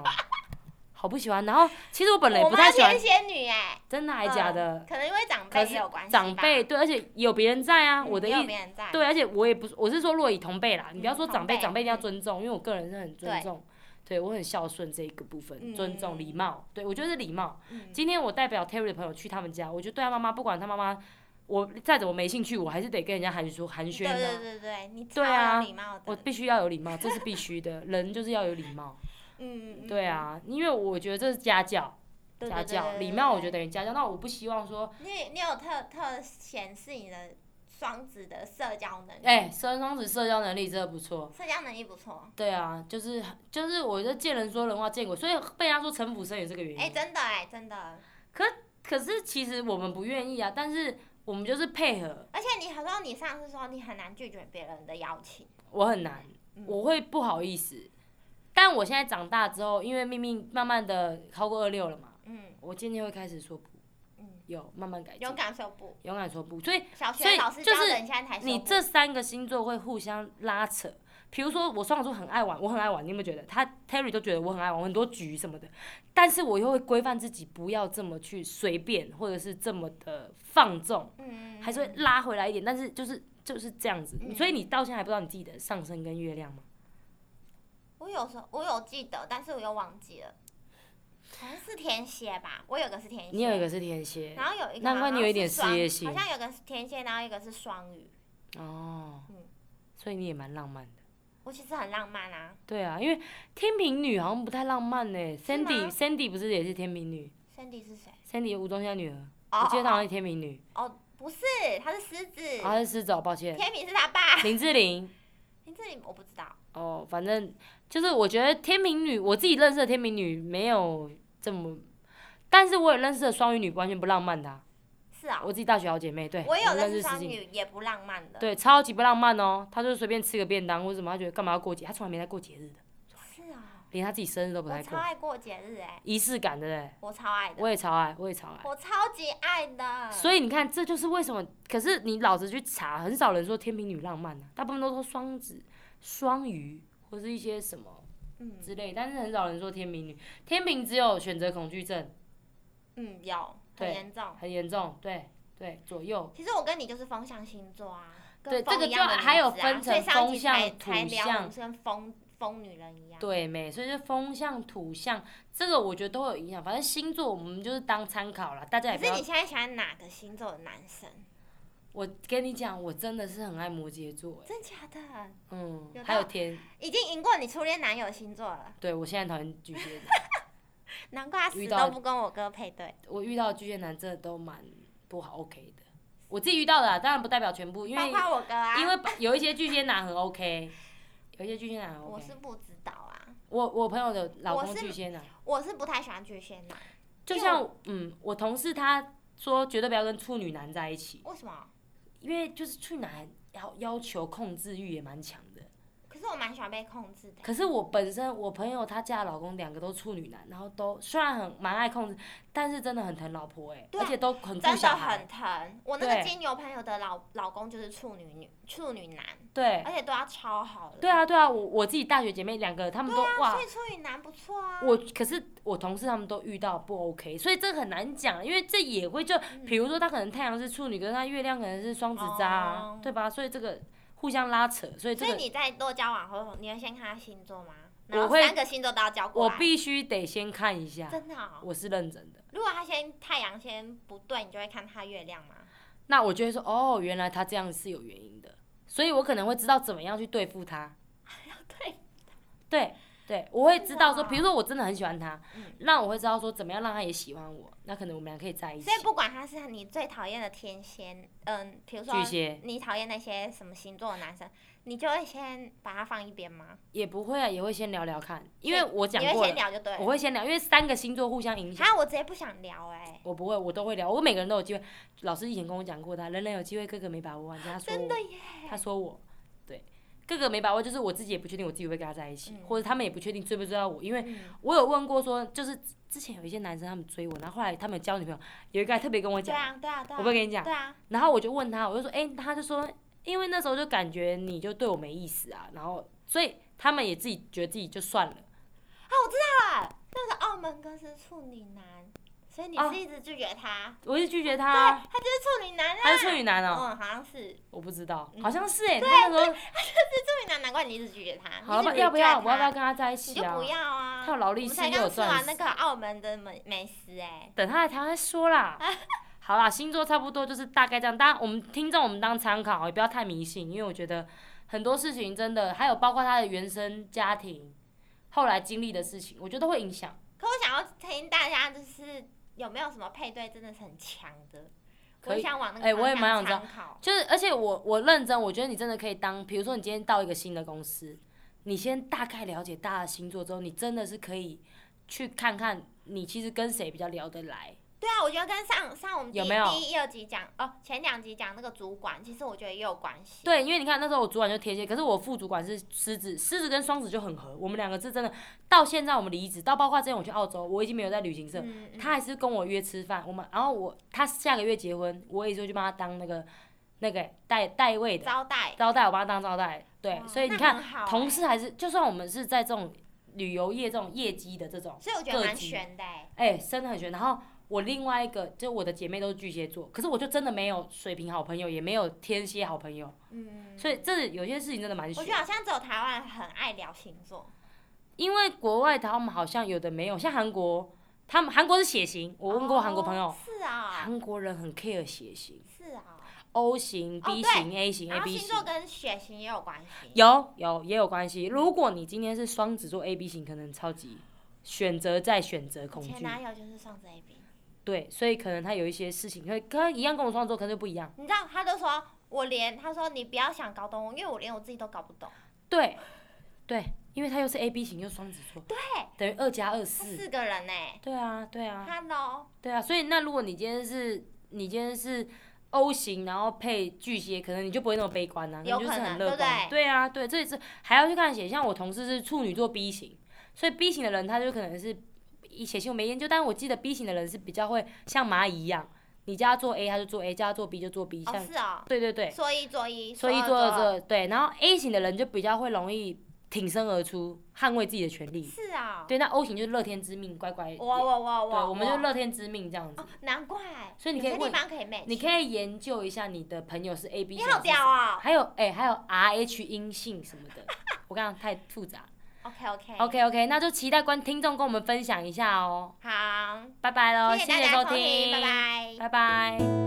Speaker 2: 好不喜欢。然后其实我本来也
Speaker 1: 我
Speaker 2: 不
Speaker 1: 妈
Speaker 2: 太喜欢
Speaker 1: 天，蝎女哎、
Speaker 2: 真的还假的？
Speaker 1: 可能因为长
Speaker 2: 可
Speaker 1: 辈
Speaker 2: 是
Speaker 1: 也有关系吧，
Speaker 2: 长辈对，而且有别人在啊，
Speaker 1: 嗯
Speaker 2: 我的
Speaker 1: 也有
Speaker 2: 意
Speaker 1: 别人在，
Speaker 2: 对，而且我也不是，我是说，若以同辈啦，你不要
Speaker 1: 嗯
Speaker 2: 说
Speaker 1: 同
Speaker 2: 长辈，
Speaker 1: 辈
Speaker 2: 长辈一定要
Speaker 1: 嗯
Speaker 2: 尊重，因为我个人是很尊
Speaker 1: 对
Speaker 2: 重，对我很孝顺这一个部分，尊重、礼
Speaker 1: 嗯
Speaker 2: 貌，对我觉得是礼貌。
Speaker 1: 嗯，
Speaker 2: 今天我代表 Terry 的朋友去他们家，我就对他妈妈，不管他妈妈，我再怎么没兴趣，我还是得跟人家寒说寒暄
Speaker 1: 对对
Speaker 2: 的，
Speaker 1: 对对，你嗯超
Speaker 2: 对啊
Speaker 1: 有礼貌
Speaker 2: 我
Speaker 1: 的，
Speaker 2: 必须要有礼貌，这是必须的，人就是要有礼貌，
Speaker 1: 嗯，嗯
Speaker 2: 对，啊，因为我觉得这是家教，
Speaker 1: 嗯
Speaker 2: 家教礼貌，我觉得。等于家教，那我不希望说，
Speaker 1: 对对对对对你你有特特显示你的双子的社交能力，
Speaker 2: 哎，生双子社交能力真的不错，
Speaker 1: 社交能力不错，
Speaker 2: 对啊，就是就是，我就见人说人话，见鬼，所以被人家说城府深也是个原因。
Speaker 1: 哎、真的哎、真的，
Speaker 2: 可是其实我们不愿意啊，但是我们就是配合。
Speaker 1: 而且你好像你上次说你很难拒绝别人的邀请，
Speaker 2: 我很难，
Speaker 1: 嗯
Speaker 2: 我会不好意思。但我现在长大之后，因为命运慢慢的超过二六了嘛，
Speaker 1: 嗯
Speaker 2: 我渐渐会开始说不，
Speaker 1: 嗯，
Speaker 2: 有慢慢改进
Speaker 1: 勇，敢说不，
Speaker 2: 勇敢说不。所以
Speaker 1: 小
Speaker 2: 所以
Speaker 1: 学老师
Speaker 2: 就
Speaker 1: 教
Speaker 2: 是
Speaker 1: 的，你现在才说
Speaker 2: 你
Speaker 1: 不
Speaker 2: 这三个星座会互相拉扯。比如说，我双子座很爱玩，我很爱玩，你有没有觉得？他 Terry 都觉得我很爱玩，我很多局什么的。但是我又会规范自己，不要这么去随便，或者是这么的放纵，
Speaker 1: 嗯，
Speaker 2: 还是会拉回来一点。但是就是就是这样子，
Speaker 1: 嗯
Speaker 2: 所以你到现在还不知道你自己的上升跟月亮吗？
Speaker 1: 我有时候我有记得，但是我又忘记了，好像是天蝎吧，我有个是天蝎，
Speaker 2: 你有一个是天蝎
Speaker 1: 然后有一个
Speaker 2: 难怪
Speaker 1: 好像
Speaker 2: 你有一点
Speaker 1: 是双
Speaker 2: 事业心
Speaker 1: 好像有个是天蝎，然后一个是双鱼。
Speaker 2: 哦
Speaker 1: 嗯，
Speaker 2: 所以你也蛮浪漫的。
Speaker 1: 我其实很浪漫啊
Speaker 2: 对啊，因为天平女好像不太浪漫呢、Sandy
Speaker 1: 吗
Speaker 2: Sandy 不是也是天平女
Speaker 1: ，Sandy 是谁？
Speaker 2: ，Sandy 吴宗宪女儿，
Speaker 1: 哦
Speaker 2: 我记得她好
Speaker 1: 哦
Speaker 2: 像是天平女。
Speaker 1: 哦哦，不是，他是狮子，
Speaker 2: 啊，是狮子哦，抱歉，
Speaker 1: 天平是他爸。
Speaker 2: 林志玲。
Speaker 1: 你这里我不知道，
Speaker 2: 哦，反正就是我觉得天秤女，我自己认识的天秤女没有这么，但是我也认识的双鱼女完全不浪漫的啊、
Speaker 1: 是啊、
Speaker 2: 我自己大学好姐妹，对，
Speaker 1: 我也有
Speaker 2: 们认
Speaker 1: 认识
Speaker 2: 识十
Speaker 1: 双
Speaker 2: 几年，
Speaker 1: 女，也不浪漫的。
Speaker 2: 对，超级不浪漫哦。她就是随便吃个便当或者什么，她觉得干嘛要过节，她从来没在过节日的，
Speaker 1: 是啊、
Speaker 2: 连她自己生日都不太
Speaker 1: 我超
Speaker 2: 过，
Speaker 1: 爱过节日哎、
Speaker 2: 仪式感对不对？
Speaker 1: 我超爱的，
Speaker 2: 我也超爱，我也超爱。
Speaker 1: 我超级爱的。
Speaker 2: 所以你看，这就是为什么。可是你老实去查，很少人说天秤女浪漫的、大部分都说双子、双鱼或是一些什么
Speaker 1: 嗯
Speaker 2: 之类，但是很少人说天秤女。天秤只有选择恐惧症，
Speaker 1: 嗯，有很
Speaker 2: 对
Speaker 1: 严重。
Speaker 2: 很严重，对对，左右。
Speaker 1: 其实我跟你就是风象星座啊，跟
Speaker 2: 对
Speaker 1: 风
Speaker 2: 这个
Speaker 1: 一样
Speaker 2: 就
Speaker 1: 的
Speaker 2: 还有
Speaker 1: 名字啊
Speaker 2: 分
Speaker 1: 所以
Speaker 2: 成
Speaker 1: 上一
Speaker 2: 风
Speaker 1: 集
Speaker 2: 象
Speaker 1: 才
Speaker 2: 土
Speaker 1: 才聊我
Speaker 2: 象
Speaker 1: 们是跟风风女人一样。
Speaker 2: 对没，所以就风象、土象，这个我觉得都有影响。反正星座我们就是当参考啦，大家也不
Speaker 1: 可是
Speaker 2: 要
Speaker 1: 你。现在喜欢哪个星座的男生？
Speaker 2: 我跟你讲，我真的是很爱摩羯座、欸，
Speaker 1: 真假的？
Speaker 2: 嗯
Speaker 1: 有，
Speaker 2: 还有
Speaker 1: 到
Speaker 2: 天，
Speaker 1: 已经赢过你初恋男友星座了，
Speaker 2: 对我现在讨厌巨蟹座，
Speaker 1: 难怪他死
Speaker 2: 遇到
Speaker 1: 都不跟我哥配对。
Speaker 2: 我遇到的巨蟹男真的都蛮不好 OK 的，我自己遇到的、啊，当然不代表全部，因
Speaker 1: 包
Speaker 2: 为
Speaker 1: 括我哥啊，
Speaker 2: 因为有一些巨蟹男很 OK，有一些巨蟹男
Speaker 1: 我
Speaker 2: OK，
Speaker 1: 是不知道啊，
Speaker 2: 我我朋友的老
Speaker 1: 我
Speaker 2: 公
Speaker 1: 是
Speaker 2: 巨蟹男，
Speaker 1: 我是不太喜欢巨蟹男，
Speaker 2: 就
Speaker 1: 因为
Speaker 2: 像嗯，我同事他说绝对不要跟处女男在一起，
Speaker 1: 为什么？
Speaker 2: 因为就是处女男要要求控制欲也蛮强的。
Speaker 1: 可是我蛮喜欢被控制的。
Speaker 2: 可是我本身我朋友她嫁的老公两个都处女男，然后都虽然很蛮爱控制，但是真的很疼老婆哎、
Speaker 1: 对啊
Speaker 2: 而且都很顾
Speaker 1: 真的
Speaker 2: 小孩
Speaker 1: 很，疼，我那个
Speaker 2: 对
Speaker 1: 金牛朋友的老老公就是处女女处女男，
Speaker 2: 对
Speaker 1: 而且对他超好的。
Speaker 2: 对啊对啊，我我自己大学姐妹两个，她们都、哇
Speaker 1: 啊所以处女男不错啊。
Speaker 2: 我可是我同事他们都遇到不 OK，所以这个很难讲，因为这也会就
Speaker 1: 嗯
Speaker 2: 比如说他可能太阳是处女，可是他月亮可能是双子渣啊，
Speaker 1: 哦
Speaker 2: 对吧？所以这个互相拉扯，所以这
Speaker 1: 所以
Speaker 2: 个
Speaker 1: 你在多交往后，你要先看他星座吗？
Speaker 2: 我
Speaker 1: 然后
Speaker 2: 会
Speaker 1: 三个星座都要交过
Speaker 2: 我
Speaker 1: 来。
Speaker 2: 必须啊得先看一下，
Speaker 1: 真的、哦，
Speaker 2: 我是认真的。
Speaker 1: 如果他先太阳先不对，你就会看他月亮吗？
Speaker 2: 那我就会说，哦，原来他这样是有原因的，所以我可能会知道怎么样去对付他。
Speaker 1: 对，
Speaker 2: 对对，我会知道说，
Speaker 1: 哇
Speaker 2: 比如说我真的很喜欢他，
Speaker 1: 啊嗯
Speaker 2: 那我会知道说怎么样让他也喜欢我，那可能我们俩可以在一起
Speaker 1: 所。以不管他是你最讨厌的天蝎，嗯，比如说
Speaker 2: 巨蟹
Speaker 1: 你讨厌那些什么星座的男生，你就会先把他放一边吗？
Speaker 2: 也不会啊，也会先聊聊看，因为
Speaker 1: 所以
Speaker 2: 我讲
Speaker 1: 你会
Speaker 2: 过了
Speaker 1: 先。聊就对
Speaker 2: 我
Speaker 1: 了。
Speaker 2: 会先聊，因为三个星座互相影响。
Speaker 1: 啊，我直接不想聊哎、
Speaker 2: 我不会，我都会聊。我每个人都有机会。老师以前跟我讲过的啊，人人有机会，个个没把握啊。人家说
Speaker 1: 真
Speaker 2: 我，
Speaker 1: 的耶，
Speaker 2: 他说我，对，个个没把握，就是我自己也不确定我自己会不会跟他在一起，
Speaker 1: 嗯
Speaker 2: 或者他们也不确定追不追到我。因为
Speaker 1: 嗯
Speaker 2: 我有问过说，就是之前有一些男生他们追我，然后后来他们有交女朋友，有一个还特别跟我
Speaker 1: 对
Speaker 2: 讲，
Speaker 1: 啊，对啊，对
Speaker 2: 我
Speaker 1: 啊，
Speaker 2: 不会跟你讲，
Speaker 1: 对啊，
Speaker 2: 然后我就问他，我就说，哎、他就说，因为那时候就感觉你就对我没意思啊，然后所以他们也自己觉得自己就算了。
Speaker 1: 那个澳门哥是处女男，所以你
Speaker 2: 啊
Speaker 1: 是一直拒绝他，
Speaker 2: 我就拒绝他啊，
Speaker 1: 他就是处女男啊，
Speaker 2: 他是处女男哦、
Speaker 1: 嗯，好像是处
Speaker 2: 我不知道，
Speaker 1: 嗯
Speaker 2: 好像是哎、他那时候
Speaker 1: 女男，啊难怪你一直拒绝他。
Speaker 2: 好了
Speaker 1: 你一
Speaker 2: 吧，
Speaker 1: 直
Speaker 2: 要不
Speaker 1: reject
Speaker 2: 要？我要不要
Speaker 1: 他？
Speaker 2: 跟他在一
Speaker 1: 你
Speaker 2: 起
Speaker 1: 就
Speaker 2: 啊
Speaker 1: 不？要啊！
Speaker 2: 他有劳
Speaker 1: 我
Speaker 2: 力
Speaker 1: 们
Speaker 2: 士
Speaker 1: 才
Speaker 2: 又有
Speaker 1: 刚吃
Speaker 2: 钻
Speaker 1: 完
Speaker 2: 石
Speaker 1: 那，个澳门的美美食哎、
Speaker 2: 等他来台湾再说 啦。好啦，星座差不多就是大概这样，当然我们听众我们当参考，也不要太迷信，因为我觉得很多事情真的，还有包括他的原生家庭后来经历的事情，我觉得会影响。
Speaker 1: 可我想要听大家就是有没有什么配对真的是很强的，
Speaker 2: 可
Speaker 1: 我
Speaker 2: 以
Speaker 1: 想往那个
Speaker 2: 哎
Speaker 1: 方
Speaker 2: 我也
Speaker 1: 向
Speaker 2: 蛮想知道
Speaker 1: 参考。
Speaker 2: 就是，而且我我认真，我觉得你真的可以当，比如说你今天到一个新的公司，你先大概了解大家的星座之后，你真的是可以去看看你其实跟谁比较聊得来。
Speaker 1: 对啊，我觉得跟上上我们第
Speaker 2: 有
Speaker 1: 一
Speaker 2: 没有
Speaker 1: 第一二集讲哦，前两集讲那个主管，其实我觉得也有关系。
Speaker 2: 对，因为你看那时候我主管就天蝎，可是我副主管是狮子，狮子跟双子就很合，我们两个是真的。到现在我们离职，到包括之前我去澳洲，我已经没有在旅行社，
Speaker 1: 嗯，嗯
Speaker 2: 他还是跟我约吃饭。我们，然后我他下个月结婚，我也就去帮他当那个那个代代位
Speaker 1: 嗯
Speaker 2: 的
Speaker 1: 招待，
Speaker 2: 招待，我帮他当招待。对
Speaker 1: 哇，
Speaker 2: 所以你
Speaker 1: 那
Speaker 2: 看
Speaker 1: 很好
Speaker 2: 同
Speaker 1: 哎
Speaker 2: 事还是，就算我们是在这种旅游业这种业绩的这种，
Speaker 1: 所以我觉得
Speaker 2: 各
Speaker 1: 蛮
Speaker 2: 级
Speaker 1: 悬的哎、
Speaker 2: 哎、真的很悬。然后我另外一个，就我的姐妹都是巨蟹座，可是我就真的没有水瓶好朋友，也没有天蝎好朋友，
Speaker 1: 嗯，
Speaker 2: 所以这有些事情真的蛮
Speaker 1: 我
Speaker 2: 悬
Speaker 1: 觉。得好像只有台湾很爱聊星座，
Speaker 2: 因为国外他们好像有的没有，像韩国，他们韩国是血型，我问过韩国朋友，
Speaker 1: 哦是啊、
Speaker 2: 韩、国人很 care 血型
Speaker 1: 是啊、
Speaker 2: ，O 型、
Speaker 1: 哦
Speaker 2: B
Speaker 1: 对
Speaker 2: 型、A 型、
Speaker 1: 然
Speaker 2: A
Speaker 1: 后
Speaker 2: B
Speaker 1: 星
Speaker 2: 型
Speaker 1: 座。跟血型也有关系。
Speaker 2: 有有也有关系。如果你今天是双子座 A B 型，可能超级选择再选择恐
Speaker 1: 前
Speaker 2: 惧，
Speaker 1: 男友就是双子 A B，
Speaker 2: 对，所以可能他有一些事情，可可一样跟我双子座，可能就不一样。
Speaker 1: 你知道他就说我连他说你不要想搞懂我，因为我连我自己都搞不懂。
Speaker 2: 对，对，因为他又是 A B 型，又是双子座，对，等于二加二
Speaker 1: 他
Speaker 2: 四。
Speaker 1: 四个人哎、
Speaker 2: 对啊，对啊，
Speaker 1: 他 Hello，
Speaker 2: 对啊。所以那如果你今天是，你今天是 O 型，然后配巨蟹，可能你就不会那么悲观啊，你
Speaker 1: 有
Speaker 2: 就是
Speaker 1: 可
Speaker 2: 很
Speaker 1: 能
Speaker 2: 乐
Speaker 1: 对不对
Speaker 2: 观。对啊，对，这也是还要去看血。像我同事是处女座 B 型，所以 B 型的人他就可能是一血型我没研究，但是我记得 B 型的人是比较会像蚂蚁一样，你叫他做 A 他就做 A，叫他做 B 就做 B，像、
Speaker 1: 哦是哦，
Speaker 2: 对对对。
Speaker 1: 说一做一，
Speaker 2: 所以
Speaker 1: 二
Speaker 2: 做
Speaker 1: 做
Speaker 2: 了这对，然后 A 型的人就比较会容易挺身而出，捍卫自己的权利。
Speaker 1: 是啊、
Speaker 2: 对，那 O 型就是乐天之命，乖乖。
Speaker 1: 我我我
Speaker 2: 对，
Speaker 1: 我，
Speaker 2: 我们就乐天之命这样子
Speaker 1: 哦。，难怪，
Speaker 2: 所以你可以
Speaker 1: 有些
Speaker 2: 问
Speaker 1: 地方可以 match，
Speaker 2: 你可以研究一下你的朋友是 A B
Speaker 1: 你
Speaker 2: 型
Speaker 1: 好
Speaker 2: 还是什
Speaker 1: 屌
Speaker 2: 么，
Speaker 1: 哦
Speaker 2: 还有哎、还有 R H 阴性什么 的。我刚刚太复杂。
Speaker 1: ，OK OK，
Speaker 2: OK OK，那就期待观听众跟我们分享一下哦，
Speaker 1: 好，
Speaker 2: 拜拜喽，
Speaker 1: 谢
Speaker 2: 谢
Speaker 1: 谢大家
Speaker 2: 收
Speaker 1: 收听，拜拜。
Speaker 2: 拜拜